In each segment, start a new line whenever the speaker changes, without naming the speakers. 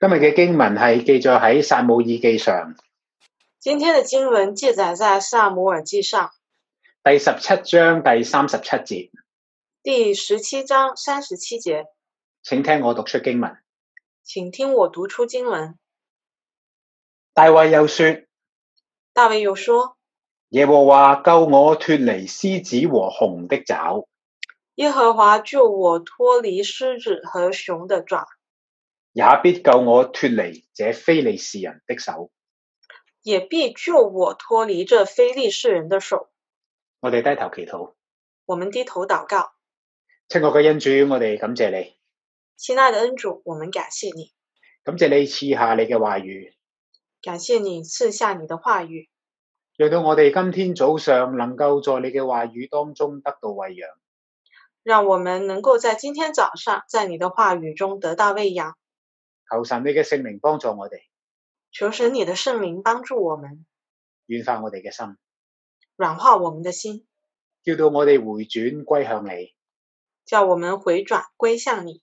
今日嘅經文係記載喺撒母耳記上
今天的经文记载在《萨姆耳记上》
第十七章第三十七節。
第十七章三十七节，
請聽我讀出經文。
请听我读出经文。
大衛又說：
大卫又说
耶和華救我脱離獅子和熊的爪。：“
耶和华救我脱离狮子和熊的爪，
也必救我脱離這非利士人的手。
也必救我脱离这非利士人的手。
我哋低頭祈禱，”
我们低头祷告，
親愛嘅恩主，我哋感謝你，
亲爱的恩主，我们感谢你，
感謝你賜下你嘅話語，
感谢你赐下你的话语，
讓到我哋今天早上能夠在你嘅話語當中得到喂養。
让我们能够在今天早上在你的话语中得到喂养。
求神你嘅聖靈幫助我哋，
求神你的圣灵帮助我们，
軟化我哋嘅心，
软化我们的心，
叫到我哋回轉歸向你，
叫我们回转归向你，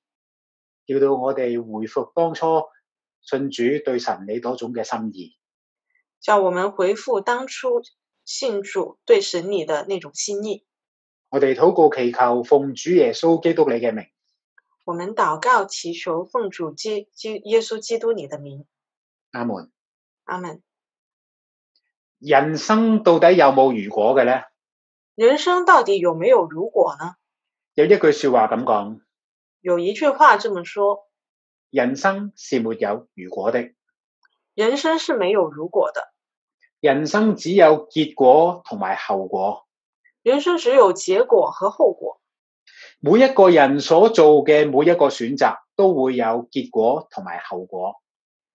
叫到我哋回復當初信主對神你嗰種嘅心意。
叫我们回复当初信主对神你的那种心意。
我哋禱告祈求，奉主耶穌基督你嘅名，
我们祷告祈求，奉主基基耶稣基督你的名，
阿門。
阿门。
人生到底有冇如果嘅咧？
人生到底有没有如果呢？
有一句说話咁講：
有一句话这么说：
人生是沒有如果的，
人生是没有如果的，
人生只有結果同埋後果。
人生只有结果和后果。
每一個人所做嘅每一個選擇都會有結果同埋後果。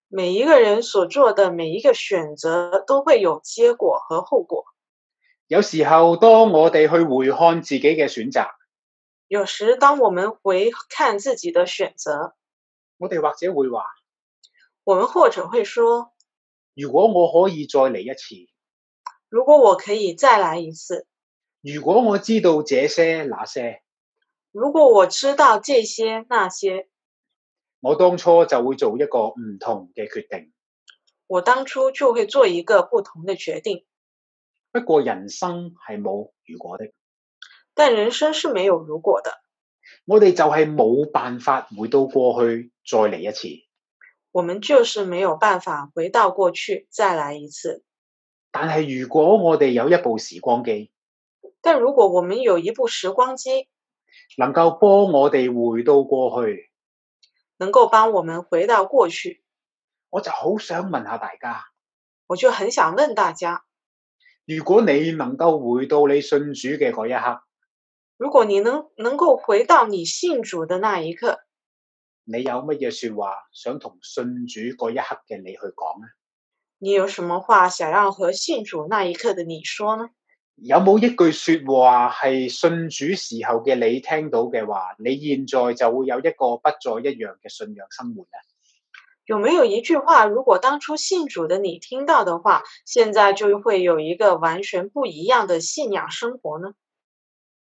每一个人所做的每一个选择都会有结果和后果。
有時候，當我哋去回看自己嘅選擇，
有时，当我们回看自己的选择，
我哋或者會話：
我们或者会说：
如果我可以再嚟一次，
如果我可以再来一次，
如果我知道這些那些，
如果我知道这些那些，
我當初就會做一個唔同嘅決定。
我当初就会做一个不同的决定。
不過人生係冇如果的，
但人生是没有如果的，
我哋就係冇辦法回到過去再嚟一次。
我们就是没有办法回到过去再来一次。
但係如果我哋有一部時光機，
但如果我们有一部时光机，
能夠幫我哋回到過去，
能够帮我们回到过去，
我就好想問下大家：
我就很想问大家：
如果你能夠回到你信主嘅嗰一刻，
如果你能能够回到你信主的那一刻，
你有乜嘢说話想同信主嗰一刻嘅你去講呢？
你有什么话想要和信主那一刻的你说呢？
有冇一句说話係信主時候嘅你聽到嘅話，你現在就會有一個不再一樣嘅信仰生活呢？
有没有一句话，如果当初信主的你听到的话，现在就会有一个完全不一样的信仰生活呢？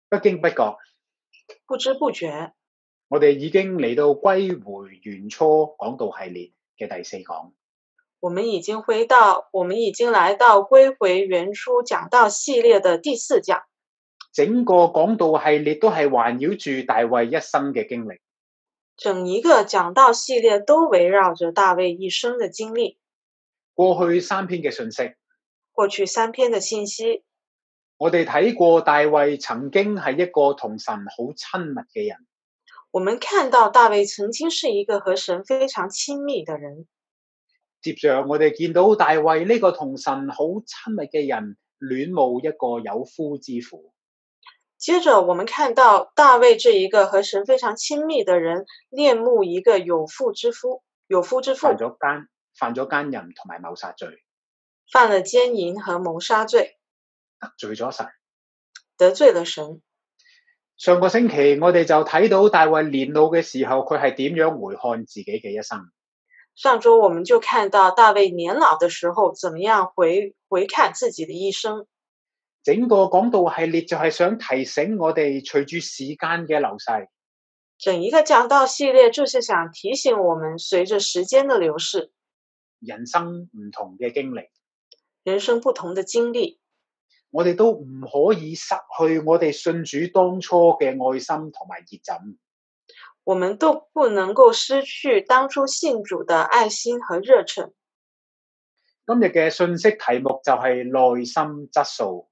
不經不覺，
不知不觉，
我哋已經嚟到歸回原初講道系列嘅第四講。
我们已经回到，我们已经来到归回原初讲道系列的第四讲，
整個講道系列都係環繞住大衛一生嘅經歷。
整一个讲道系列都围绕着大卫一生的经历。
過去三篇嘅信息，
过去三篇的信息，
我哋睇過大衛曾經係一個同神好親密嘅人，
我们看到大卫曾经是一个和神非常亲密的人，
接着我哋見到大衛呢個同神好親密嘅人戀慕一個有夫之婦。
接着，我们看到大卫这一个和神非常亲密的人，恋慕一个有妇之夫，有夫之妇
犯咗奸犯咗奸淫同埋謀殺罪，
犯了奸淫和谋杀罪，
得罪咗神。
得罪了神。
上個星期我哋就睇到大衛年老嘅時候，佢係點樣回看自己嘅一生。
上周我们就看到大卫年老的时候，怎么样回回看自己的一生。
整個講道系列就係想提醒我哋，隨住時間嘅流逝，
整一个讲道系列就是想提醒我们，随着时间的流逝，
人生唔同嘅經歷，
人生不同的经历，
我哋都唔可以失去我哋信主當初嘅愛心同埋熱忱。
我们都不能够失去当初信主的爱心和热忱。
今日嘅信息題目就係內心質素。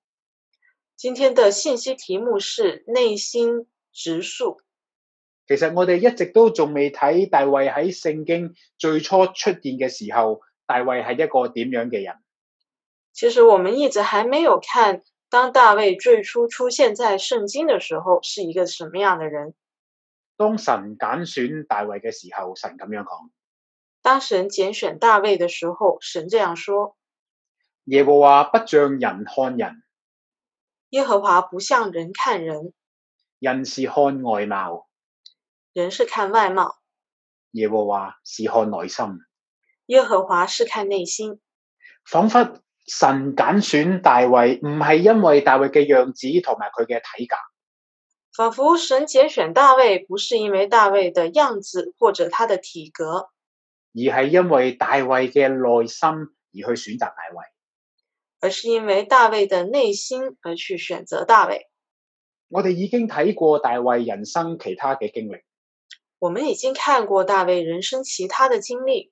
今天的信息题目是内心植树。
其實我哋一直都仲未睇大衛喺聖經最初出現嘅時候，大衛係一個點樣嘅人。
其实我们一直还没有看，当大卫最初出现在圣经的时候，是一个什么样的人。
當神揀選大衛嘅時候，神咁樣講：
当神拣选大卫的时候，神这样说
耶和華不像人看人，：“
耶和华不像人看人，
人是看外貌，
人是看外貌，
耶和華是看內心。
耶和华是看内心。
仿佛神揀選大衛，唔係因為大衛嘅樣子同埋佢嘅體格，”
仿佛神拣选大卫，不是因为大卫的样子或者他的体格，
而係因為大衛嘅內心而去選擇大衛。
而是因为大卫的内心而去选择大卫。
我哋已經睇過大衛人生其他嘅經歷，
我们已经看过大卫人生其他的经历，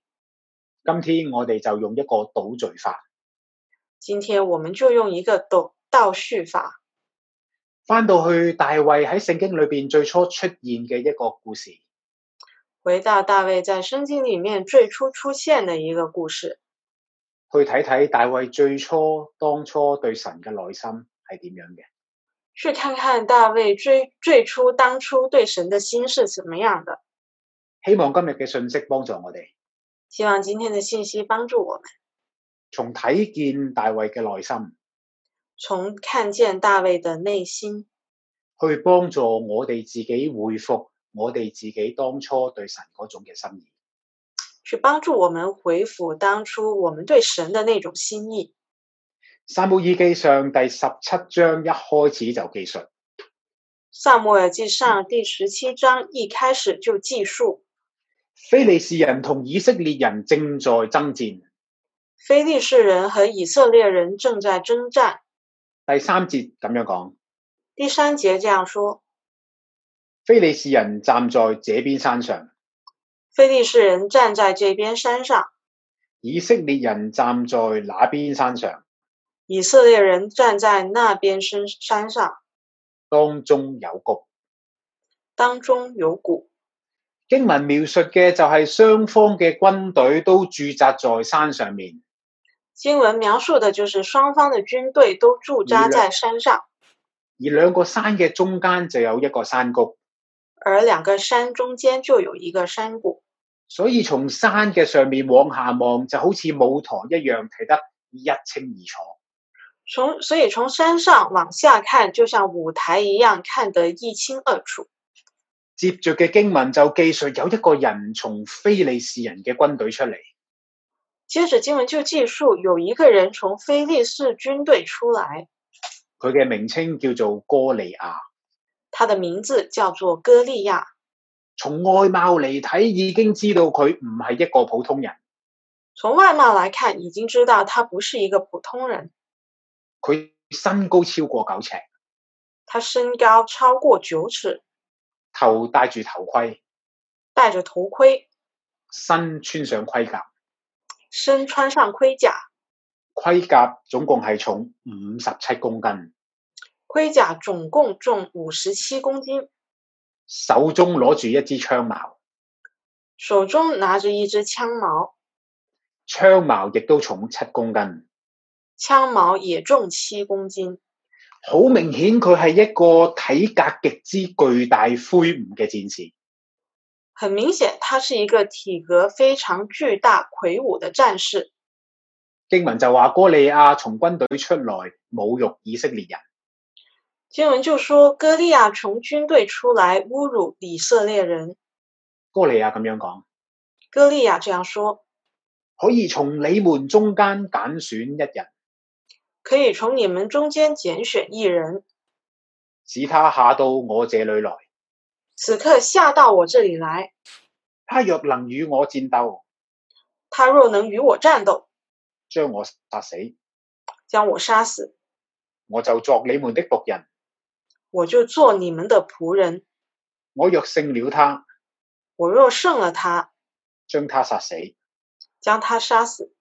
今天我哋就用一個倒序法，
今天我们就用一个倒倒叙法，
翻到去大衛喺聖經裏邊最初出現嘅一個故事。
回到大卫在圣经里面最初出现的一个故事。
去睇睇大衛最初當初對神嘅內心係點樣嘅。
去看看大卫最最初当初对神的心是怎么样的。
希望今日嘅信息幫助我哋，
希望今天的信息帮助我们，
從睇見大衛嘅內心，
从看见大卫的内心，
去幫助我哋自己回復我哋自己當初對神嗰種嘅心意。
去帮助我们回复当初我们对神的那种心意。
撒母耳記上第十七章一開始就記述，
萨母耳记上第十七章一开始就记述，
非利士人同以色列人正在爭戰。
非利士人和以色列人正在征战。
第三節咁樣講，
第三节这样说：
非利士人站在這邊山上，
非利士人站在这边山上，
以色列人站在那邊山上，
以色列人站在那边山山上，
當中有谷。
当中有谷。
經文描述嘅就係雙方嘅軍隊都駐紮在山上面，
经文描述的就是双方的军队都驻扎
明白
在山上，
而兩個山嘅中間就有一個山谷，
而两个山中间就有一个山谷，
所以從山嘅上面往下望就好似舞台一樣睇得一清二楚。
从所以从山上往下看，就像舞台一样看得一清二楚。
接著嘅經文就記述有一個人從非利士人嘅軍隊出嚟，
接着经文就记述有一个人从非利士军队出来，
佢嘅名稱叫做哥利亞。
他的名字叫做歌利亚。
從外貌嚟睇已經知道佢唔係一個普通人，
从外貌来看，已经知道他不是一个普通人，
佢身高超過九尺，
他身高超过九尺，
頭戴住頭盔，
戴着头盔，
身穿上盔甲。
身穿上盔甲，
盔甲總共係重五十七公斤，
盔甲总共重五十七公斤。
手中攞住一支槍矛，
手中拿着一支枪矛，
槍矛亦都重七公斤。
枪矛也重七公斤。
好明顯，佢係一個體格極之巨大魁梧嘅戰士。
很明显，他是一个体格非常巨大、魁梧的战士。
經文就話哥利亞從軍隊出來，侮辱以色列人。
经文就说，歌利亚从军队出来，侮辱以色列人。
哥利亞咁樣講，
歌利亚这样说：“
可以從你們中間揀選一人，
可以从你们中间拣选一人，
使他下到我這裏來，
此刻下到我这里来。
他若能與我戰鬥，
他若能与我战斗，
將我殺死，
将我杀死，
我就作你們的仆人。
我就做你们的仆人。
我若勝了他，
我若胜了他，
將他殺死，
将他杀死，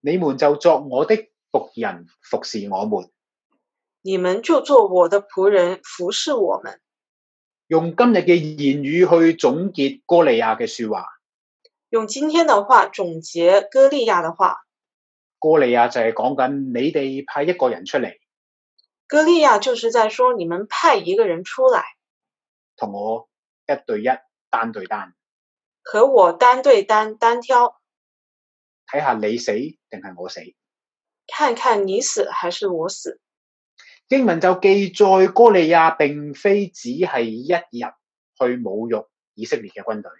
你們就作我的仆人，服侍我們。
你们就做我的仆人，服侍我们。
用今日嘅言語去總結哥利亞嘅説話，
用今天的话总结歌利亚的话，
哥利亞就係講緊你哋派一個人出嚟，
歌利亚就是在说你们派一个人出来
同我一對一單對單，
和我单对单单挑，
睇下你死定係我死。
看看你死还是我死。
經文就記載哥利亞並非只係一日去侮辱以色列嘅軍隊，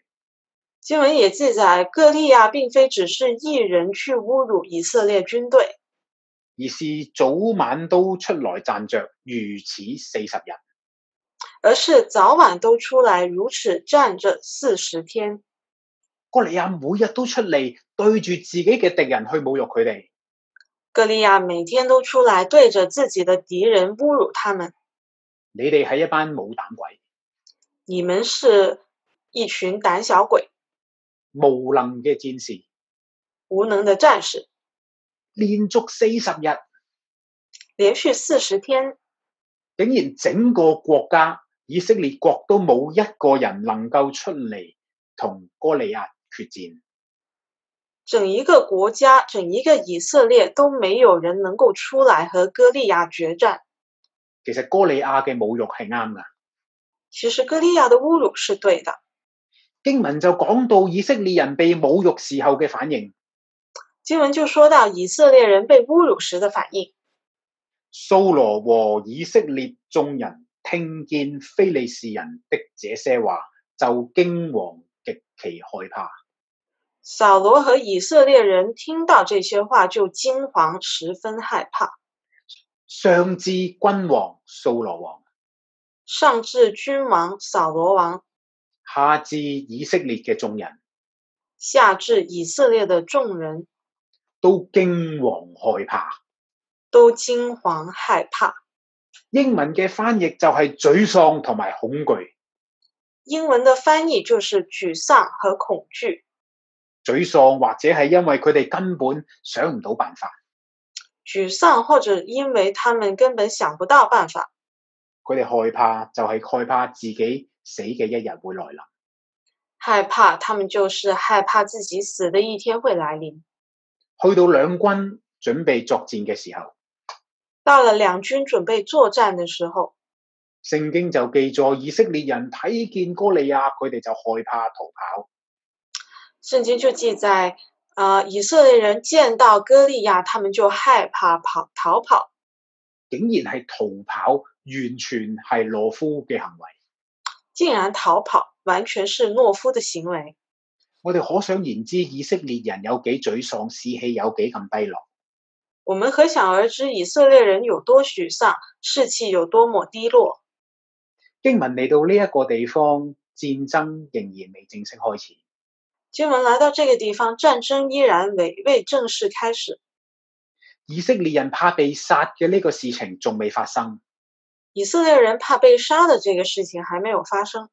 经文也记载，歌利亚并非只是一人去侮辱以色列军队，
而是早晚都出來站着，如此四十日。
而是早晚都出来如此站着四十天。
哥利亞每日都出嚟對住自己嘅敵人去侮辱佢哋，
歌利亚每天都出来对着自己的敌人侮辱他们。
你哋係一班冇膽鬼、
你们是一群胆小鬼、
無能嘅戰士，
无能的战士。
連續四十日，
连续四十天，
竟然整個國家以色列國都冇一個人能夠出嚟同哥利亞決戰。
整一个国家、整一个以色列都没有人能够出来和歌利亚决战。
其實哥利亞嘅侮辱係啱㗎。
其实歌利亚的侮辱是对的。
經文就講到以色列人被侮辱時候嘅反應，
经文就说到以色列人被侮辱时的反应。
掃羅和以色列眾人聽見非利士人的這些話，就驚惶極其害怕。
扫罗和以色列人听到这些话就惊惶，十分害怕，
上至君王掃羅王，
上至君王扫罗王，
下至以色列嘅眾人，
下至以色列的众人，
都驚惶害怕。
都惊惶害怕。
英文嘅翻譯就係沮喪同埋恐懼。
英文的翻译就是沮丧和恐惧。
沮喪或者係因為佢哋根本想唔到辦法，
沮丧，或者因为他们根本想不到办法；
佢哋害怕就係害怕自己死嘅一日會來臨。
害怕，他们就是害怕自己死的一天会来临。
去到兩軍準備作戰嘅時候，
到了两军准备作战的时候，
聖經就記載以色列人睇見哥利亞，佢哋就害怕逃跑。
圣经就记载，呃，以色列人见到歌利亚，他们就害怕跑逃跑，
竟然係逃跑，完全係懦夫嘅行為。
竟然逃跑，完全是懦夫的行为。
我哋可想而知，以色列人有幾沮喪，士氣有幾咁低落。
我们可想而知，以色列人有多沮丧，士气有多么低落。
經文嚟到呢一個地方，戰爭仍然未正式開始。
经文来到这个地方，战争依然未未正式开始。
以色列人怕被殺嘅呢個事情仲未發生，
以色列人怕被杀的这个事情还没有发生，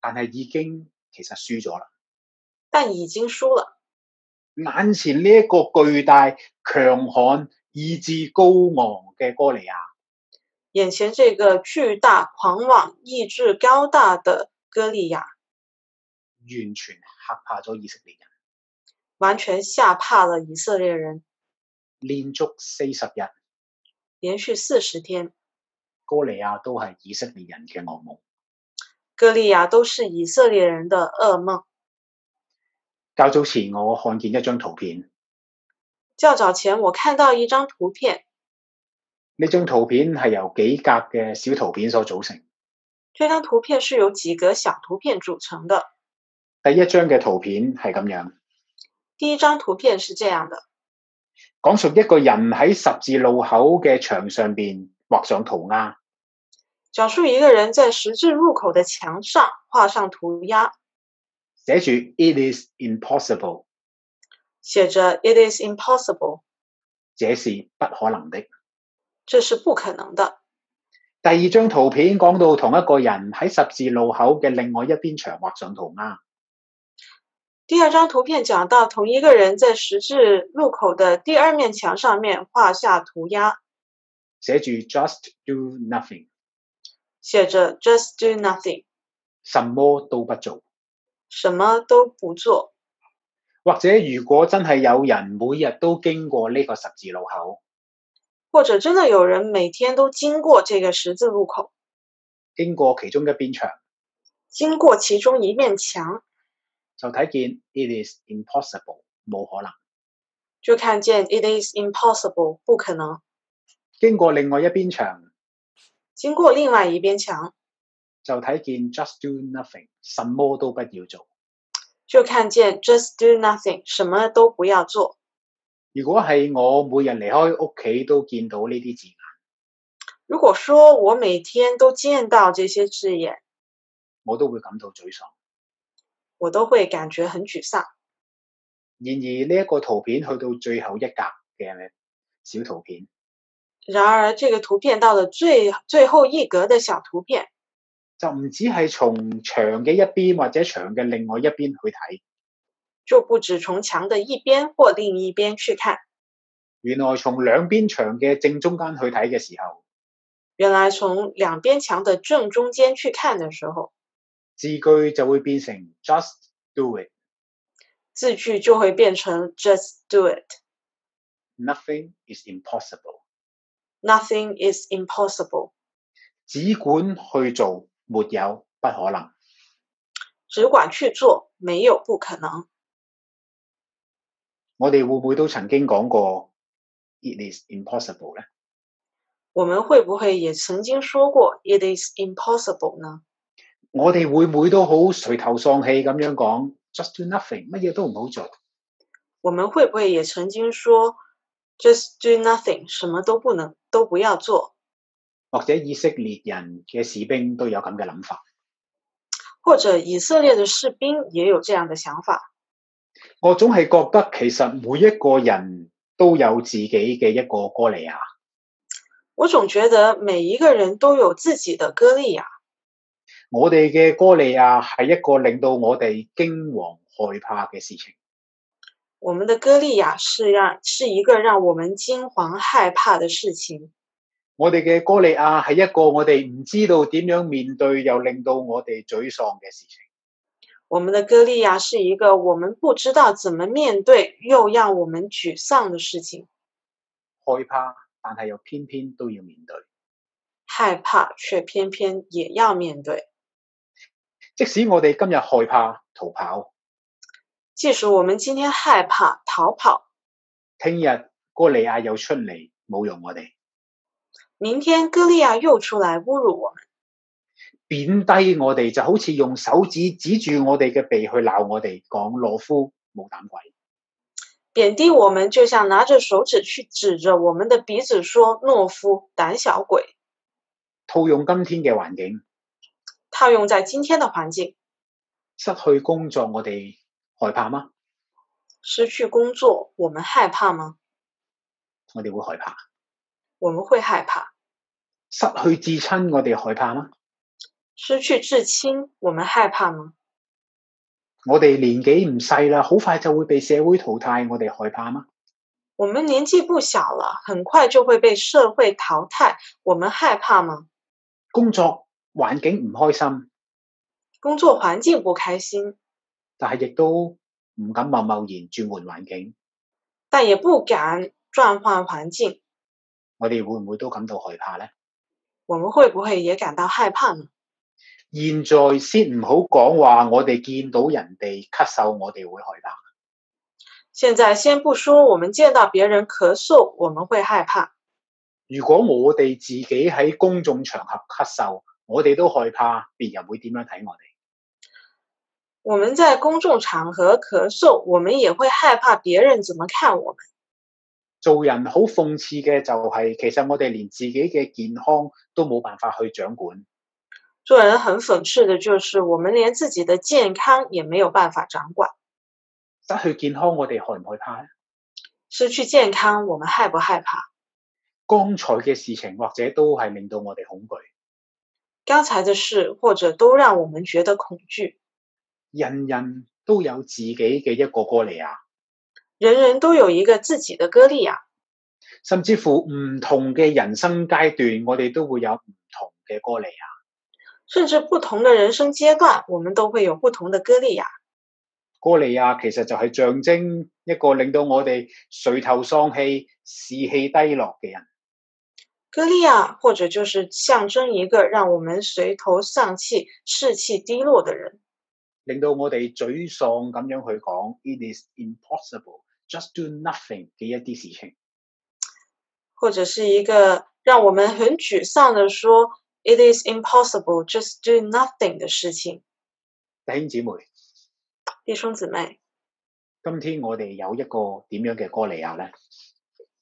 但係已經其實輸咗啦。
但已经输了。
眼前呢一個巨大、強悍、意志高昂嘅哥利亞，
眼前这个巨大、狂妄、意志高大的歌利亚，
完全嚇怕咗以色列人。
完全吓怕了以色列人。
連續四十日，
连续四十天，
哥利亞都係以色列人嘅噩夢。
歌利亚都是以色列人的噩梦。
較早前我看見一張圖片，
较早前我看到一张图片，
呢張圖片係由幾格嘅小圖片所組成。
这张图片是由几个小图片组成的。
第一張嘅圖片係咁樣，
第一张图片是这样的，
講述一個人喺十字路口嘅牆上邊畫上塗鴉。
讲述一个人在十字路口的墙上画上涂鸦，
寫住 It is impossible，
写着 “It is impossible”，
這是不可能的。
这是不可能的。
第二張圖片講到同一個人喺十字路口嘅另外一邊牆畫上塗鴉，
第二张图片讲到同一个人在十字路口的第二面墙上面画下涂鸦，
寫住 Just do nothing，
写着 “Just do nothing”，
什麼都不做。
什么都不做。
或者如果真係有人每日都經過呢個十字路口，
或者真的有人每天都经过这个十字路口，
經過其中一邊牆，
经过其中一面墙，
就睇見 It is impossible，冇可能。
就看见 “It is impossible”，不可能。
經過另外一邊牆，
经过另外一边墙，
就睇見 Just do nothing，什麼都不要做。
就看见 “Just do nothing”，什么都不要做。
如果係我每日離開屋企都見到呢啲字眼，
如果说我每天都见到这些字眼，
我都會感到沮喪。
我都会感觉很沮丧。
然而呢一個圖片去到最後一格嘅小圖片，
然而，这个图片到了最最后一格的小图片，
就唔止係從牆嘅一邊或者牆嘅另外一邊去睇，
就不止从墙的一边或另一边去看。
原來從兩邊牆嘅正中間去睇嘅時候，
原来从两边墙的正中间去看的时候，
字句就會變成 Just do it。
字句就会变成 “just do it”。
Nothing is impossible，
Nothing is impossible，
只管去做，沒有不可能。
只管去做，没有不可能。
我哋會唔會都曾經講過 It is impossible 咧？
我们会不会也曾经说过 “it is impossible” 呢？
我哋會唔會都好垂頭喪氣咁樣講 Just do nothing，乜嘢都唔好做，
我们会不会也曾經說 “just do nothing”，什么都不能，都不要做？
或者以色列人嘅士兵都有咁嘅諗法。
或者以色列的士兵也有这样的想法。
我總係覺得其實每一個人都有自己嘅一個哥利亞，
我总觉得每一个人都有自己的歌利亚，
我哋嘅哥利亞係一個令到我哋驚惶害怕嘅事情。
我们的歌利亚是让是一个让我们惊惶害怕的事情。
我哋嘅哥利亞係一個我哋唔知道點樣面對，又令到我哋沮喪嘅事情。
我们的歌利亚是一个我们不知道怎么面对，又让我们沮丧的事情。
害怕，但係又偏偏都要面對。
害怕却偏偏也要面对，
即使我哋今日害怕逃跑，
即使我们今天害怕逃跑，
聽日哥利亞又出嚟侮辱我哋，
明天歌利亚又出来侮辱我们，
貶低我哋，就好似用手指指住我哋嘅鼻去鬧我哋，講懦夫冇膽鬼。
贬低我们，就像拿着手指去指着我们的鼻子说“懦夫、胆小鬼
套用今天嘅環境，”。
套用在今天的环境，
失去工作，我哋害怕嗎？
失去工作，我們害怕吗？
我哋會害怕。
我们会害怕。
失去至親，我哋害怕嗎？
失去至亲，我们害怕吗？
我哋年紀唔細啦，好快就會被社會淘汰，我哋害怕嗎？
我们年纪不小了，很快就会被社会淘汰，我们害怕吗？
工作環境唔開心，
工作环境不开心，
但係亦都唔敢貿貿然轉換環境，
但也不敢转换环境，
我哋會唔會都感到害怕呢？
我们会不會也感到害怕呢？
現在先唔好講話，我哋見到人哋咳嗽，我哋會害怕。
现在先不说我们见到别人咳嗽我们会害怕，
如果我哋自己喺公眾場合咳嗽，我哋都害怕別人會點樣睇我哋。
我们在公众场合咳嗽，我们也会害怕别人怎么看我们。
做人好諷刺嘅就係、其實我哋連自己嘅健康都冇辦法去掌管。
做人很讽刺的就是，我们连自己的健康也没有办法掌管。
失去健康，我哋害唔害怕咧？
失去健康，我们害不害怕？
剛才嘅事情或者都係令到我哋恐懼。
刚才的事或者都让我们觉得恐惧。
人人都有自己嘅一個啊哥利亞，
人人都有一个自己的啊歌利亚，
甚至乎唔同嘅人生階段，我哋都會有唔同嘅哥利亞。
甚至不同的人生阶段，我们都会有不同的啊歌利亚。
哥利亞啊其實就係象徵一個令到我哋垂頭喪氣、士氣低落嘅人。
歌利亚啊或者就是象征一个让我们垂头丧气、士气低落的人，
令到我哋沮喪咁樣去講，it is impossible, just do nothing 嘅一啲事情。
或者是一个让我们很沮丧的说 “It is impossible, just do nothing” 的事情。
弟兄姊妹，
弟兄姊妹，
今天我哋有一個點樣嘅哥利亞呢？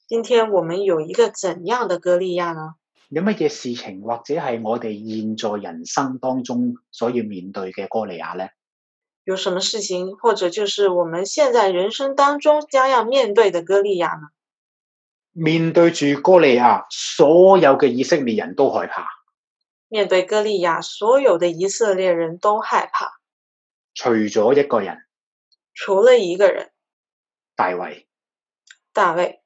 今天我们有一个怎样的歌利亚呢？
有乜嘢事情或者係我哋現在人生當中所要面對嘅哥利亞呢？
有什么事情，或者就是我们现在人生当中将要面对的歌利亚呢？
面對住哥利亞，所有嘅以色列人都害怕，
面对歌利亚，所有的以色列人都害怕，
除咗一個人
除了一个人
大衛。
大卫。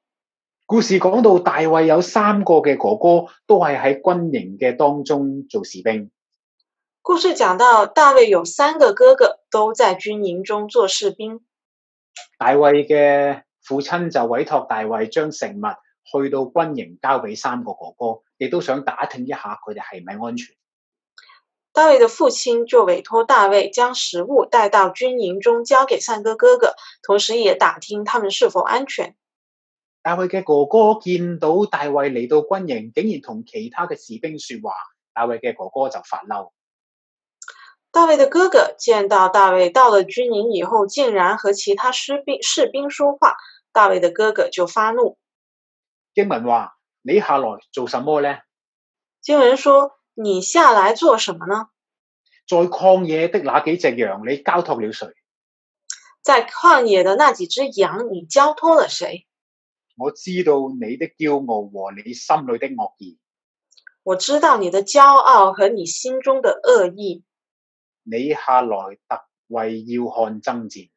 故事講到大衛有三個嘅哥哥都係喺軍營嘅當中做士兵。
故事讲到大卫有三个哥哥都在军营中做士兵，
大衛嘅父親就委託大衛將食物去到軍營交俾三個哥哥，亦都想打聽一下佢哋係咪安全。
大卫的父亲就委托大卫将食物带到军营中交给三个哥哥，同时也打听他们是否安全。
大衛嘅哥哥見到大衛嚟到軍營，竟然同其他嘅士兵说話，大衛嘅哥哥就發嬲。
大卫的哥哥见到大卫到了军营以后，竟然和其他士兵士兵说话，大卫的哥哥就发怒。
經文話：你下來做什麼呢？
经文说：“你下来做什么呢？
在曠野的那幾隻羊，你交託了誰？
在旷野的那几只羊，你交托了谁？
我知道你的驕傲和你心裏的惡意，
我知道你的骄傲和你心中的恶意。
你下來特為要看爭戰。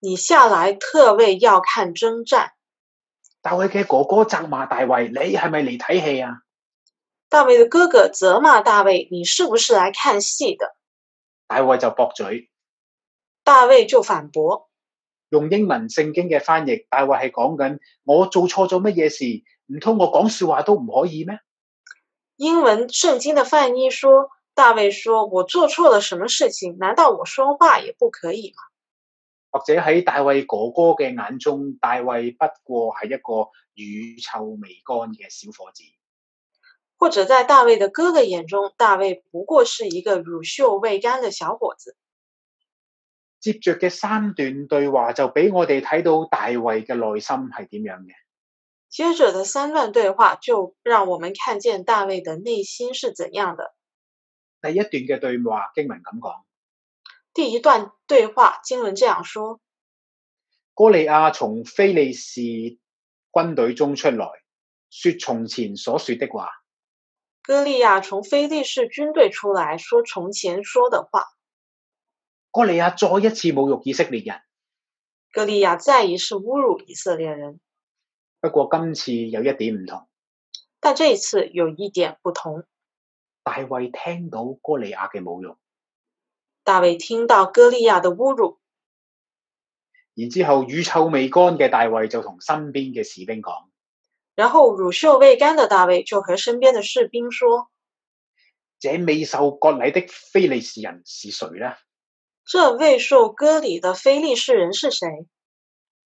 你下来特为要看征战。
大衛嘅哥哥責罵大衛：你係咪嚟睇戲啊？
大卫的哥哥责骂大卫：“你是不是来看戏的
大衛就駁嘴，？”
大卫就反驳。
用英文聖經嘅翻譯，大衛係講緊我做錯咗乜嘢事，唔通我講说話都唔可以咩？
英文圣经的翻译说：“大卫说，我做错了什么事情？难道我说话也不可以吗？”
或者喺大衛哥哥嘅眼中，大衛不過係一個乳臭未乾嘅小伙子。
或者在大卫的哥哥眼中，大卫不过是一个乳臭未干的小伙子。
接着嘅三段對話就俾我哋睇到大衛嘅內心係點樣嘅。
接着的三段对话就让我们看见大卫的内心是怎样的。
第一段嘅對話經文咁講：
第一段对话，经文这样说：
哥利亞從非利士軍隊中出來，說從前所說的話。
歌利亚从非利士军队出来，说从前说的话。
哥利亞再一次侮辱以色列人，
歌利亚再一次侮辱以色列人，
不過今次有一點唔同，
但这一次有一点不同。
大衛聽到哥利亞嘅侮辱，
大卫听到歌利亚的侮辱，
然之後乳臭未乾嘅大衛就同身邊嘅士兵講：
然后乳臭未干的大卫就和身边的士兵说
這未受割禮的非利士人是誰呢？：“
这未受割礼的非利士人是谁？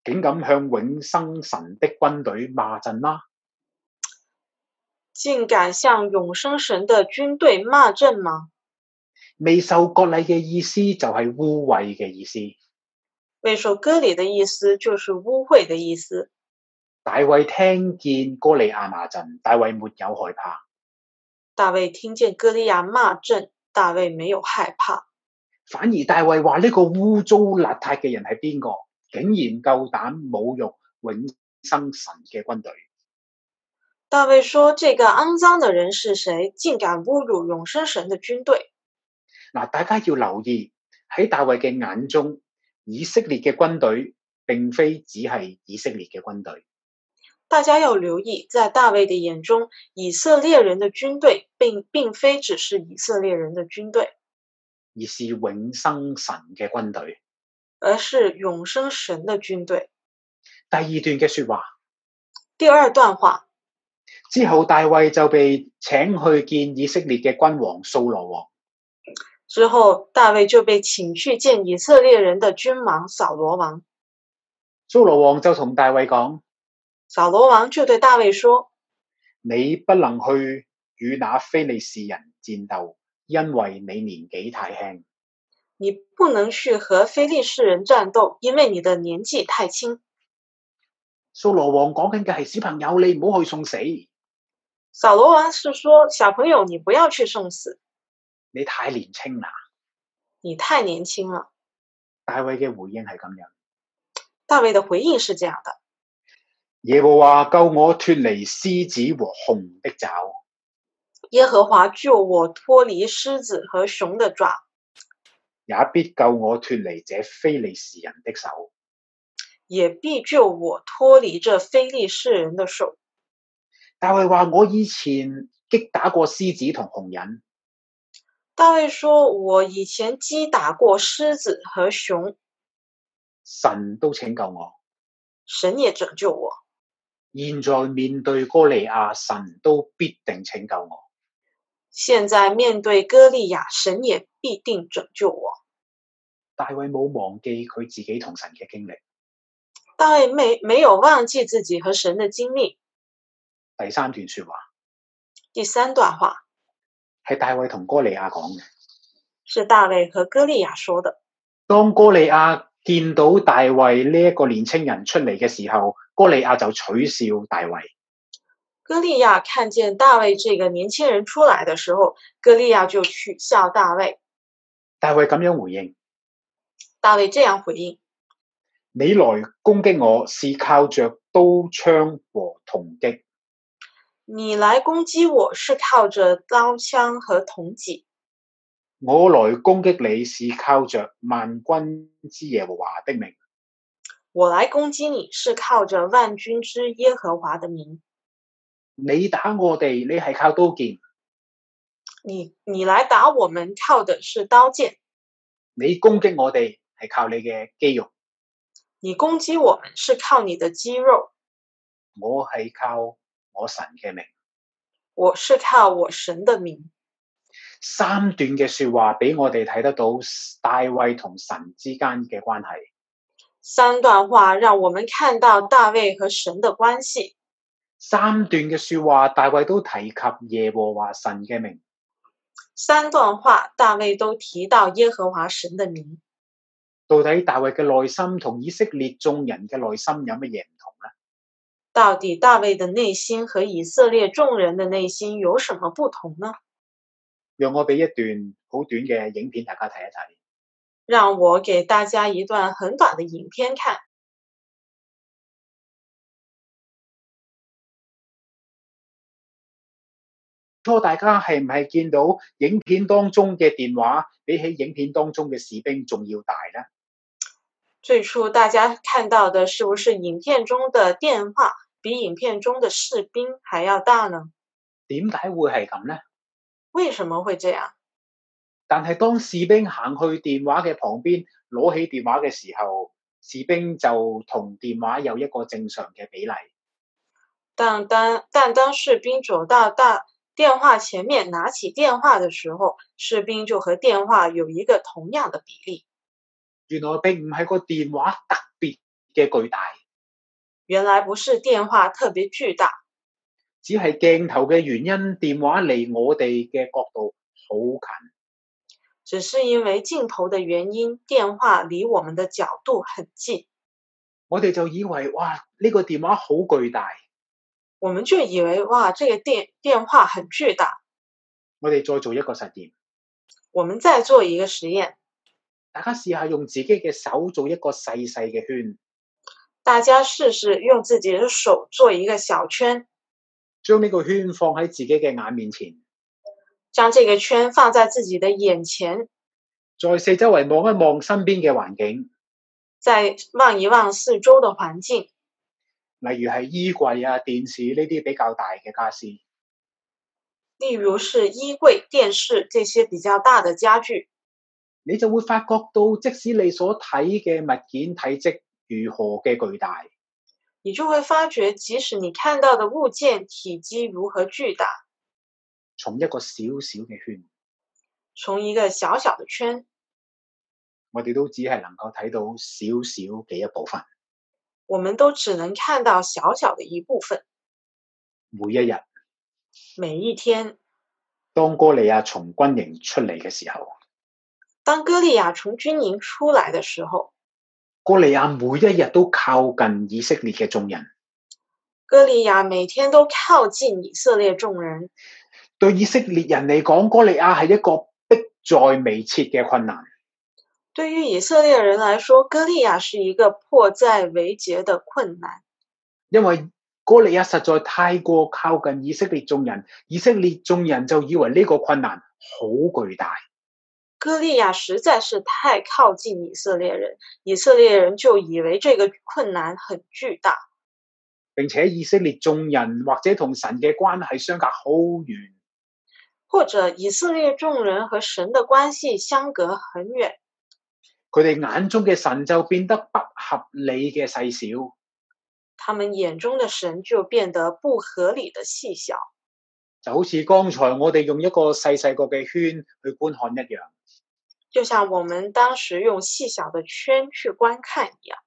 竟敢向永生神的軍隊罵陣啦！
竟敢向永生神的军队骂阵吗？
未受割禮嘅意思就係污穢嘅意思。
未受割礼的意思就是污秽的意思。
大衛聽見哥利亞罵陣，大衛沒有害怕。
大衛听见歌利亚骂阵，大卫没有害怕，
反而大衛話呢個污糟邋遢嘅人係邊個？竟然夠膽侮辱永生神嘅軍隊。
大卫说：“这个肮脏的人是谁？竟敢侮辱永生神的军队
嗱，大家要留意喺大衛嘅眼中，以色列嘅軍隊並非只係以色列嘅軍隊，！”
大家要留意，在大卫的眼中，以色列人的军队并并非只是以色列人的军队，
而是永生神嘅軍隊。
而是永生神的军队。
第二段嘅说話
第二段话，
之後，大衛就被請去見以色列嘅君王掃羅王。
之后大卫就被请去见以色列人的君王扫罗王。
掃羅王就同大衛講：
扫罗王就对大卫说
你不能去與那非利士人戰鬥，因為你年紀太輕。：“
你不能去和非利士人战斗，因为你的年纪太轻。”
掃羅王講緊嘅係小朋友，你唔好去送死，你
扫罗王是说：“小朋友，你不要去送死，
太年輕啦。
你太年轻了。
大衛嘅回應係咁樣。”
大卫的回应是这样的
耶和華救我脱離獅子和熊的爪。：“
耶和华救我脱离狮子和熊的爪，
也必救我脱離這非利士人的手。
也必救我脱离这非利士人的手。
大衛話：我以前擊打過獅子同紅人，”
大卫说：“我以前击打过狮子和熊，
神都拯救我。
神也拯救我。
現在面對哥利亞，神都必定拯救我。
现在面对歌利亚，神也必定拯救我。”
大衛冇忘記佢自己同神嘅經歷。
大卫没没有忘记自己和神的经历。
第三段说話
第三段话
係大衛同哥利亞講嘅。
是大卫和歌利亚说的。
當哥利亞見到大衛呢一個年青人出嚟嘅時候，哥利亞就取笑大衛。
歌利亚看见大卫这个年轻人出来的时候，歌利亚就取笑大卫。
大衛咁樣回應。
大卫这样回应
你來攻擊我是靠着刀槍和銅戟，：“
你来攻击我是靠着刀枪和铜戟，
我來攻擊你是靠着萬軍之耶和華的名。
我来攻击你是靠着万军之耶和华的名。
你打我哋，你係靠刀劍；
你你来打我们，靠的是刀剑；
你攻擊我哋係靠你嘅肌肉，
你攻击我们是靠你的肌肉，
我係靠我神嘅名。
我是靠我神的名。”
三段嘅说話俾我哋睇得到大衛同神之間嘅關係。
三段话让我们看到大卫和神的关系。
三段嘅说話，大衛都提及耶和華神嘅名。
三段话，大卫都提到耶和华神的名。
到底大衛嘅內心同以色列眾人嘅內心有乜嘢唔同呢？
到底大卫的内心和以色列众人的内心有什么不同呢？
讓我俾一段好短嘅影片大家睇一睇。
让我给大家一段很短的影片看。
初大家係唔係見到影片當中嘅電話比起影片當中嘅士兵仲要大呢？
最初大家看到的是不是影片中的电话比影片中的士兵还要大呢？
點解會係咁呢？
为什么会这样？
但係當士兵行去電話嘅旁邊攞起電話嘅時候，士兵就同電話有一個正常嘅比例。
但当但当士兵走到大电话前面拿起电话的时候，士兵就和电话有一个同样的比例。
原來並唔係個電話特別嘅巨大，
原来不是电话特别巨大，
只係鏡頭嘅原因，電話離我哋嘅角度好近。
只是因为镜头的原因，电话离我们的角度很近。
我哋就以為哇呢、個電話好巨大，
我们就以为哇，这个电电话很巨大。
我哋再做一個實驗，
我们再做一个实验，
大家試下用自己嘅手做一個細細嘅圈，
大家试试用自己的手做一个小圈，
將呢個圈放喺自己嘅眼面前，
将这个圈放在自己的眼前，
再四周圍望一望身邊嘅環境，
再望一望四周的环境，
例如係衣櫃啊、電視呢啲比較大嘅家私。
例如是衣柜、电视这些比较大的家具，
你就會發覺到，即使你所睇嘅物件體積如何嘅巨大，
你就会发觉，即使你看到的物件体积如何巨大，
從一個小小嘅圈，
从一个小小的圈，
我哋都只係能夠睇到少少嘅一部分。
我们都只能看到小小的一部分。
每一日，
每一天，
當哥利亞從軍營出嚟嘅時候，
当歌利亚从军营出来的时候，
哥利亞每一日都靠近以色列嘅眾人，
歌利亚每天都靠近以色列众人。
對以色列人嚟講，哥利亞係一個迫在眉睫嘅困難。
对于以色列人来说，歌利亚是一个迫在眉睫的困难，
因為哥利亞實在太過靠近以色列眾人，以色列眾人就以為呢個困難好巨大，
歌利亚实在是太靠近以色列人，以色列人就以为这个困难很巨大，
並且以色列眾人或者同神嘅關係相隔好遠，
或者以色列众人和神的关系相隔很远，
佢哋眼中嘅神就變得不合理嘅細小。
他们眼中的神就变得不合理的细小，
就好似剛才我哋用一個細細個嘅圈去觀看一樣，
就像我们当时用细小的圈去观看一样，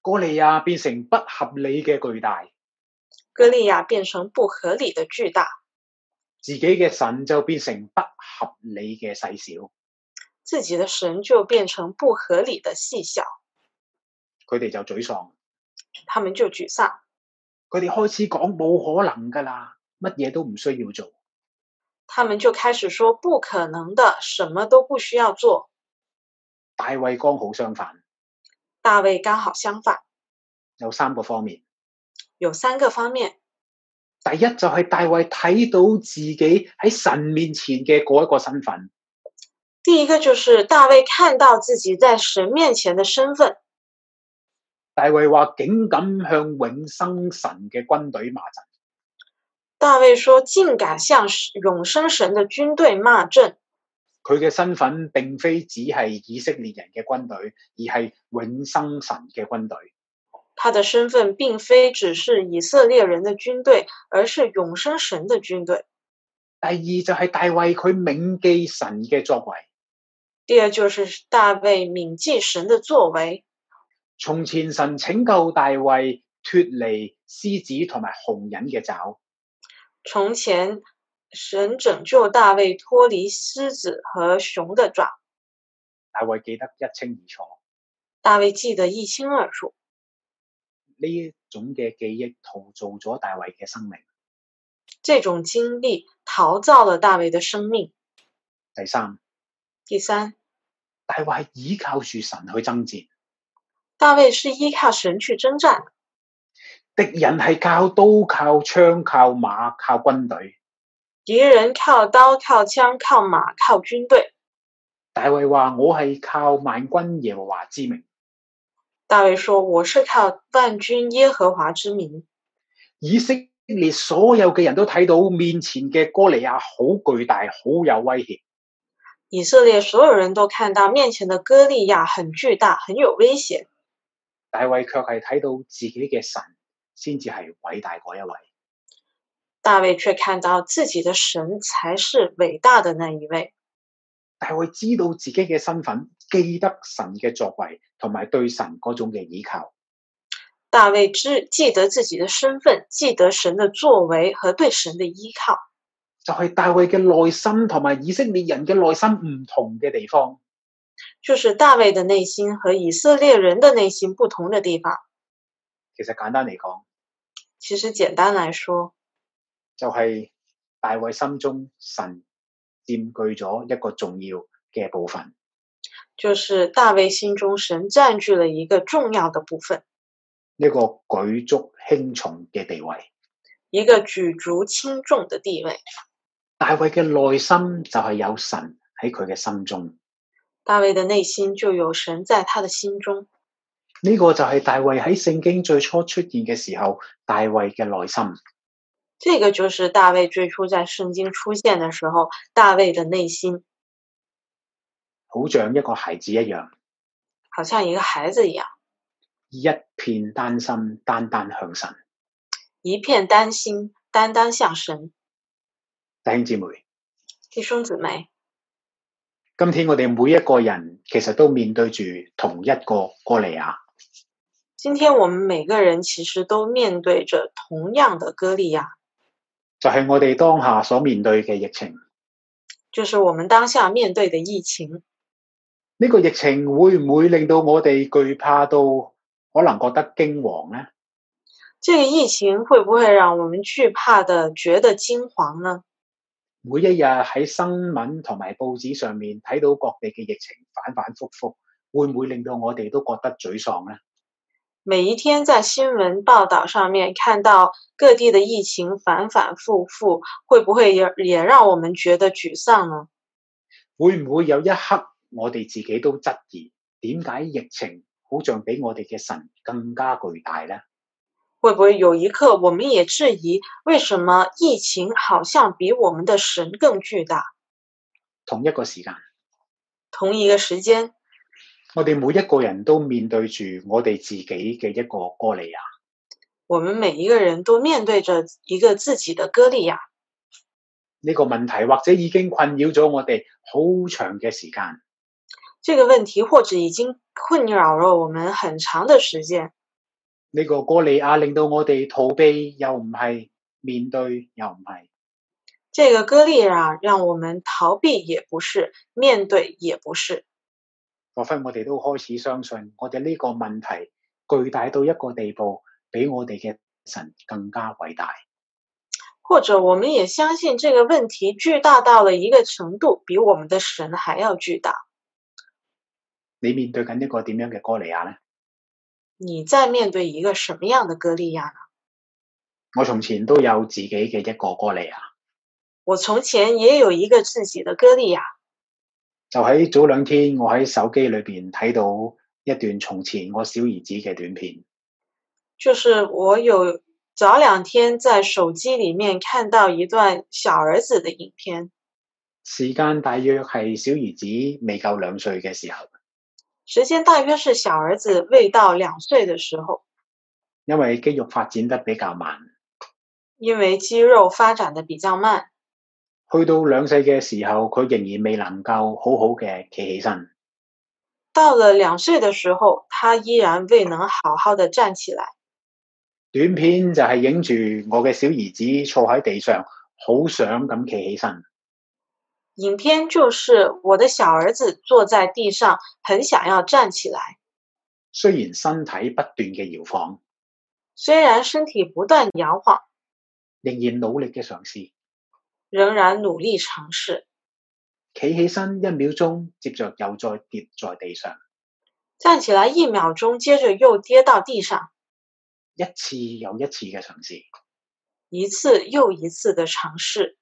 哥利亞變成不合理嘅巨大，
歌利亚变成不合理的巨大。
自己嘅神就變成不合理嘅細小。
自己的神就变成不合理的细小，
佢哋就沮喪，
他们就沮丧，
佢哋開始講冇可能㗎啦，乜嘢都唔需要做。
他们就开始说不可能的，什么都不需要做。
大衛剛好相反，
大卫刚好相反，
有三個方面。
有三个方面：
第一就係大衛睇到自己喺神面前嘅嗰一個身份，
第一个就是大卫看到自己在神面前的身份，
大衛話竟敢向永生神嘅軍隊罵陣，
大卫说竟敢向永生神的军队骂阵，
佢嘅身份並非只係以色列人嘅軍隊，而係永生神嘅軍隊。
他的身份并非只是以色列人的军队，而是永生神的军队。
第二就係大衛佢銘記神嘅作為，
第二就是大卫铭记神的作为，
從前神拯救大衛脱離獅子同埋紅人嘅爪，
从前，神拯救大卫脱离狮子和熊的爪，
大衛記得一清二楚。
大卫记得一清二楚。
呢一種嘅記憶陶造咗大衛嘅生命。
这种经历陶造了大卫的生命。
第三，
第三，
大衛係倚靠住神去爭戰，
大卫是依靠神去征战的，
敵人係靠刀、靠槍、靠馬、靠軍隊。
敌人靠刀、靠枪、靠马、靠军队。
大衛話：我係靠萬軍耶和華之名。
大卫说：“我是靠万军耶和华之名。
以色列所有嘅人都睇到面前嘅哥利亞好巨大，好有威脅。”
以色列所有人都看到面前的歌利亚很巨大，很有威胁。
大衛卻係睇到自己嘅神先至係偉大嗰一位。
大卫却看到自己的神才是伟大的那一位。
大衛知道自己嘅身份，記得神嘅作為，同埋對神嗰種嘅倚靠。
大卫知记得自己的身份，记得神的作为和对神的依靠，
就係大衛嘅內心同埋以色列人嘅內心唔同嘅地方。
就是大卫的内心和以色列人的内心不同的地方。
其實簡單嚟講，
其实简单来说，
就係、大衛心中神佔據咗一個重要嘅部分。
就是大卫心中神占据了一个重要的部分，
一個舉足輕重嘅地位。
一个举足轻重的地位。
大衛嘅內心就係有神喺佢嘅心中，
大卫的内心就有神在他的心中，
呢、個就係大衛喺聖經最初出現嘅時候，大衛嘅內心。
这个就是大卫最初在圣经出现的时候，大卫的内心
好像一個孩子一樣，
好像一个孩子一样，
一片丹心，單單向神。
一片丹心，单单向神。
弟兄姊妹，
弟兄姊妹，
今天我哋每一個人其實都面對住同一個哥利亞，
今天我们每个人其实都面对着同样的歌利亚，
就係、我哋當下所面對嘅疫情。
就是我们当下面对的疫情。
呢、個疫情會唔會令到我哋懼怕到可能覺得驚惶呢？
这个疫情会不会让我们惧怕的觉得惊惶呢？
每一日喺新聞同埋報紙上面睇到各地嘅疫情反反覆覆，會唔會令到我哋都覺得沮喪呢？
每一天在新闻报道上面看到各地的疫情反反复复，会不会也也让我们觉得沮丧呢？
會唔會有一刻我哋自己都質疑點解疫情好像比我哋嘅神更加巨大呢？
会不会有一刻我们也质疑，为什么疫情好像比我们的神更巨大？
同一個時間，
同一个时间，
我哋每一個人都面對住我哋自己嘅一個哥利亞。
我们每一个人都面对着一个自己的啊歌利亚。
呢、個問題，或者已經困擾咗我哋好長嘅時間。
这个问题或者已经困扰了我们很长的时间。
呢、個哥利亞令到我哋逃避又唔係，面對又唔係。
这个歌利亚让我们逃避也不是，面对也不是。
莫非我哋都開始相信，我哋呢個問題巨大到一個地步，比我哋嘅神更加偉大。
或者我们也相信这个问題巨大到了一个程度，比我们的神还要巨大。
你面對緊一個點樣嘅哥利亞呢？
你在面對一個什麼樣的啊歌利亞呢？
我從前都有自己嘅一個哥利亞，
我從前也有一個自己的歌啊利亞，
就喺早兩天，我喺手機裏邊睇到一段從前我小兒子嘅短片。
就是我有早兩天在手機裡面看到一段小兒子的影片，
時間大約係小兒子未夠兩歲嘅時候，
時間大約是小兒子未到兩歲的時候，
因為肌肉發展得比較慢。
因為肌肉發展的比較慢，
去到兩歲嘅時候，佢仍然未能夠好好嘅企起身。
到了兩歲的時候，他依然未能好好的站起來。
短片就係影住我嘅小兒子坐喺地上，好想咁企起身。
影片就是我的小儿子坐在地上，很想要站起来，
雖然身體不斷嘅搖晃，
虽然身体不断摇晃，
仍然努力嘅嘗試。
仍然努力尝试。
企起身一秒鐘，接着又再跌在地上，
站起来一秒钟，接着又跌到地上，
一次又一次嘅嘗試。
一次又一次的尝试。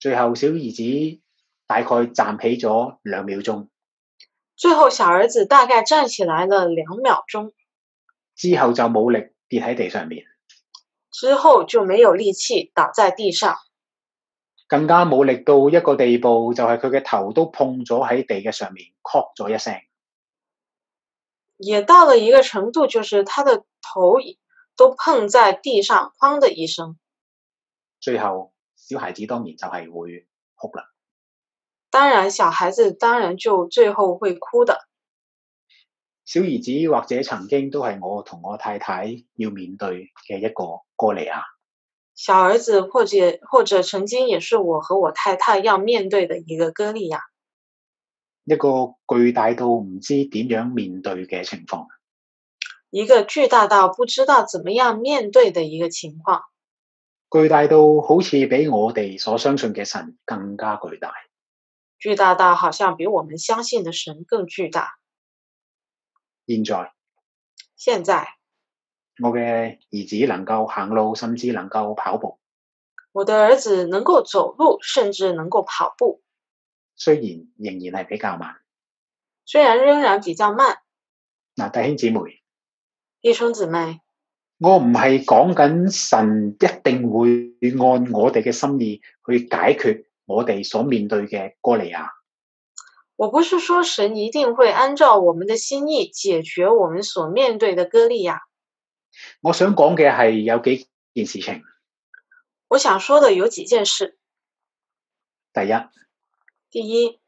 最後小兒子大概站起咗兩秒鐘，
最后，小儿子大概站起来了两秒钟，
之後就冇力跌喺地上面，
之后就没有力气，倒在地上，
更加冇力到一個地步，就係佢嘅頭都碰咗喺地嘅上面，咳咗一聲。
也到了一个程度，就是他的头都碰在地上，哐的一声。
最後小孩子當然就係會哭啦。
当然，小孩子当然就最后会哭的。
小兒子或者曾經都係我同我太太要面對嘅一個哥利亞。
小儿子或者或者曾经也是我和我太太要面对的一个歌利亚，
一個巨大到唔知點樣面對嘅情況，
一个巨大到不知道怎么样面对的一个情况。
巨大到好似比我哋所相信嘅神更加巨大。
巨大到好像比我们相信的神更巨大。
現在
现在
我嘅兒子能夠行路，甚至能夠跑步。
我的儿子能够走路，甚至能够跑步，
雖然仍然係比較慢。
虽然仍然比较慢。
嗱，弟兄姊妹，
弟兄姊妹，
我唔係講緊神一定會按我哋嘅心意去解決我哋所面對嘅哥利亞。
我不是说神一定会按照我们的心意解决我们所面对的歌利亚。
我想講嘅係有幾件事情。
我想说的有几件事。
第一，
第一，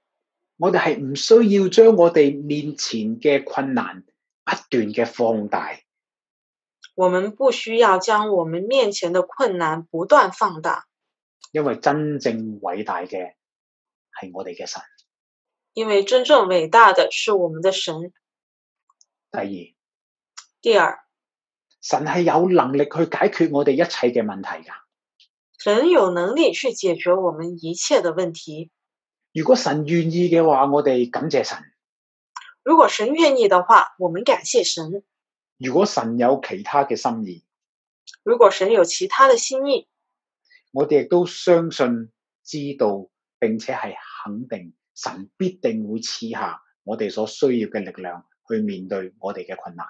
我哋係唔需要將我哋面前嘅困難不斷嘅放大。
我们不需要将我们面前的困难不断放大，
因为真正伟大嘅系我哋嘅神。
因为真正伟大的是我们的神。
第二，
第二，
神系有能力去解决我哋一切嘅问题噶。
神有能力去解决我们一切的问题。
如果神愿意嘅话，我哋感谢神；
如果神愿意的话，我们感谢神；
如果神有其他嘅心意，
如果神有其他的心意，
我哋亦都相信、知道并且系肯定神必定会赐下我哋所需要嘅力量去面对我哋嘅困难。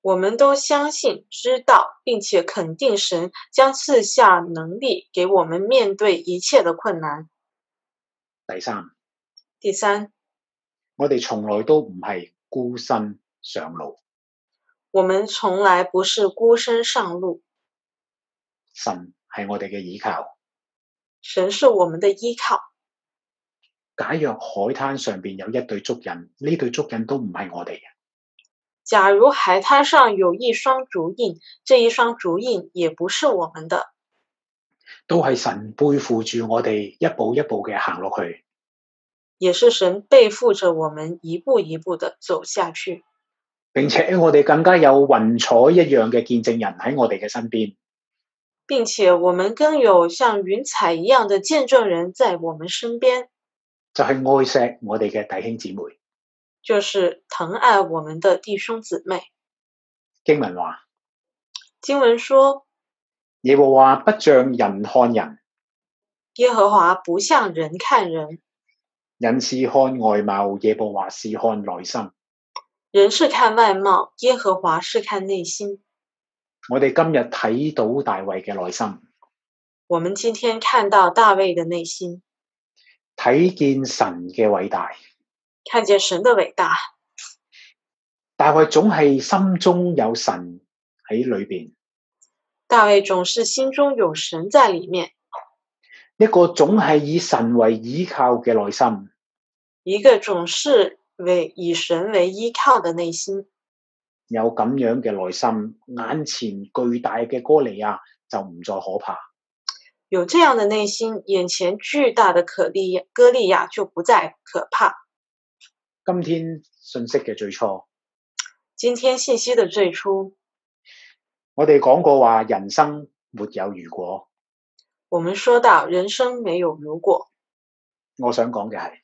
我们都相信、知道，并且肯定神将赐下能力给我们面对一切的困难。
第三，
第三，
我哋从来都唔系孤身上路，
我们从来不是孤身上路，
神系我哋嘅倚靠。
神是我们的依靠。
假若海灘上邊有一對足印，呢對足印都唔係我哋嘅，
假如海滩上有一双足印，这一双足印也不是我们的，
都係神背負住我哋一步一步嘅行落去。
也是神背负着我们一步一步的走下去，
並且我哋更加有雲彩一樣嘅見證人喺我哋嘅身邊，
并且我们更有像云彩一样的见证人在我们身边，
就係愛錫我哋嘅弟兄姊妹。
就是疼爱我们的弟兄姊妹。
經文話：
经文说，
耶和華不像人看人，
耶和华不像人看人，
人是看外貌，耶和華是看內心。
人是看外貌，耶和华是看内心。
我哋今日睇到大衛嘅內心，
我们今天看到大卫的内心，
睇見神嘅偉大。
看见神的伟大。
大衛總係心中有神喺裏邊。
大卫总是心中有神在里面，
一個總係以神為倚靠嘅內心，
一个总是为以神为依靠的内心。
有咁樣嘅內心，眼前巨大嘅哥利亞就唔再可怕。
有这样的内心，眼前巨大的可利亚歌利亚就不再可怕。
今天信息嘅最初，
今天信息的最初，
我哋講過話，人生沒有如果。
我们说到人生没有如果。
我想講嘅係，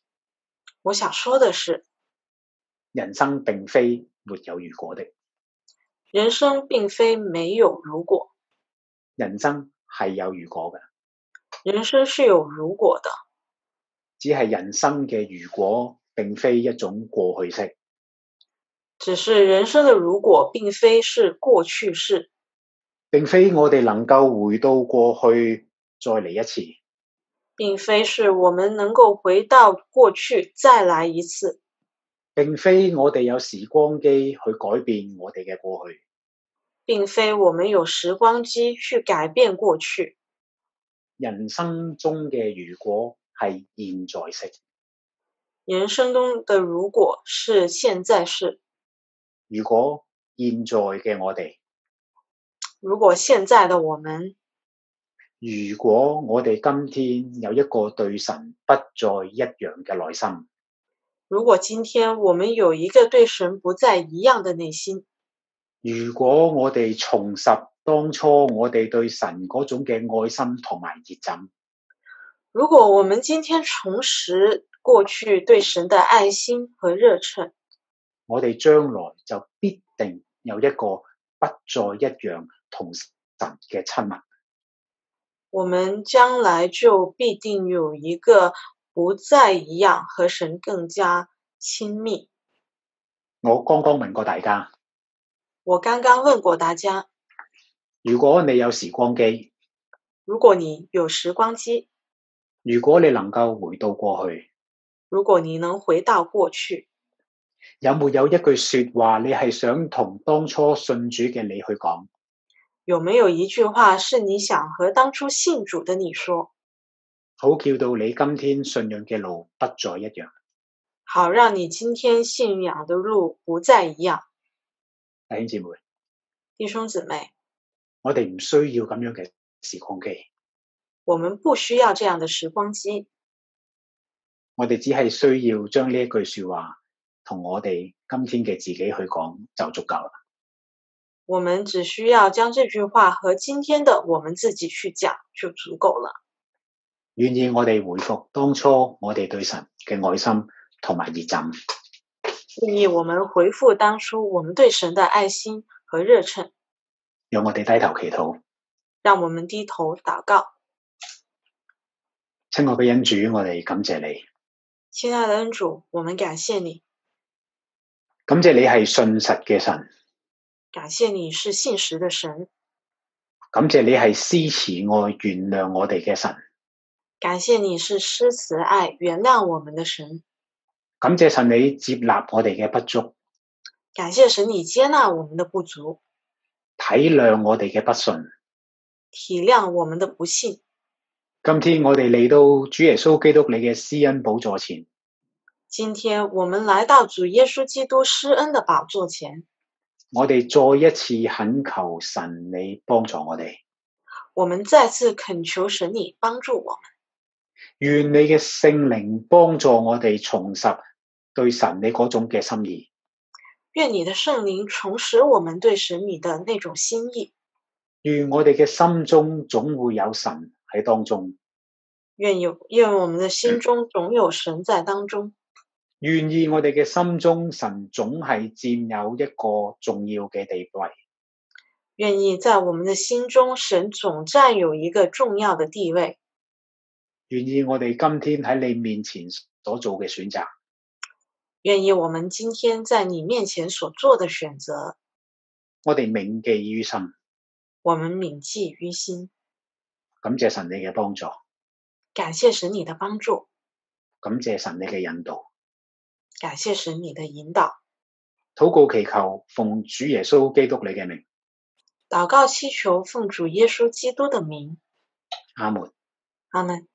我想说的是，
人生並非沒有如果的，
人生并非没有如果。
人生係有如果嘅，
人生是有如果的，
只係人生嘅如果並非一種過去式。
只是人生的如果并非是过去式，
並非我哋能夠回到過去再嚟一次，
并非是我们能够回到过去再来一次，
並非我哋有時光機去改變我哋嘅過去，
并非我们有时光机去改变过去。
人生中嘅如果係現在式，
人生中的如果是现在式，
如果現在嘅我哋，
如果现在的我们，
如果我哋今天有一個對神不再一樣嘅內心，
如果今天我们有一个对神不再一样的内心，
如果我哋重拾當初我哋對神嗰種嘅愛心同埋熱忱，
如果我们今天重拾过去对神的爱心和热忱，
我哋將來就必定有一個不再一樣同神嘅親密。
我们将来就必定有一个不再一样和神更加亲密。
我剛剛問過大家，
我刚刚问过大家，
如果你有時光機，
如果你有时光机，
如果你能夠回到過去，
如果你能回到过去，
有沒有一句说話你係想同當初信主嘅你去講？
有没有一句话是你想和当初信主的你说，
好叫到你今天信仰嘅路不再一樣？
好让你今天信仰的路不再一样？
弟兄姊妹，
弟兄姊妹，
我哋唔需要咁樣嘅時光機，
我们不需要这样的时光机，
我哋只係需要將呢一句说話同我哋今天嘅自己去講就足夠啦。
我们只需要将这句话和今天的我们自己去讲就足够了。
願意我哋回復當初我哋對神嘅愛心同埋熱忱。
建议我们回复当初我们对神的爱心和热忱。
让我哋低頭祈禱。
让我们低头祷告，
親愛嘅恩主，我哋感謝你，
亲爱的恩主，我们感谢你，
感謝你係信實嘅神，
感谢你是信实的神，
感謝你係施慈愛原諒我哋嘅神，
感谢你是施慈爱、原谅我们的神，
感謝神你接納我哋嘅不足，
感谢神你接纳我们的不足，
體諒我哋嘅不信。
体谅我们的不幸。
今天我哋嚟到主耶穌基督你嘅施恩寶座前，
今天我们来到主耶稣基督施恩的宝座前，
我哋再一次懇求神你幫助我哋，
我们再次恳求神你帮助我们，
願你嘅聖靈幫助我哋重拾對神你嗰種嘅心意。
愿你的圣灵重拾我们对神你的那种心意。
願我哋嘅心中總會有神喺當中，
愿有愿我们的心中总有神在当中，
願意我哋嘅心中神總係佔有一個重要嘅地位。
愿意在我们的心中，神总占有一个重要的地位。
願意我哋今天喺你面前所做嘅選擇，
愿意我们今天在你面前所做的选择，
我哋銘記於心。
我们铭记于心。
感謝神你嘅幫助，
感谢神你的帮助，
感謝神你嘅引導。
感谢神你的引导。
禱告祈求，奉主耶穌基督你嘅名，
祷告祈求，奉主耶稣基督的名，
阿門。
阿门。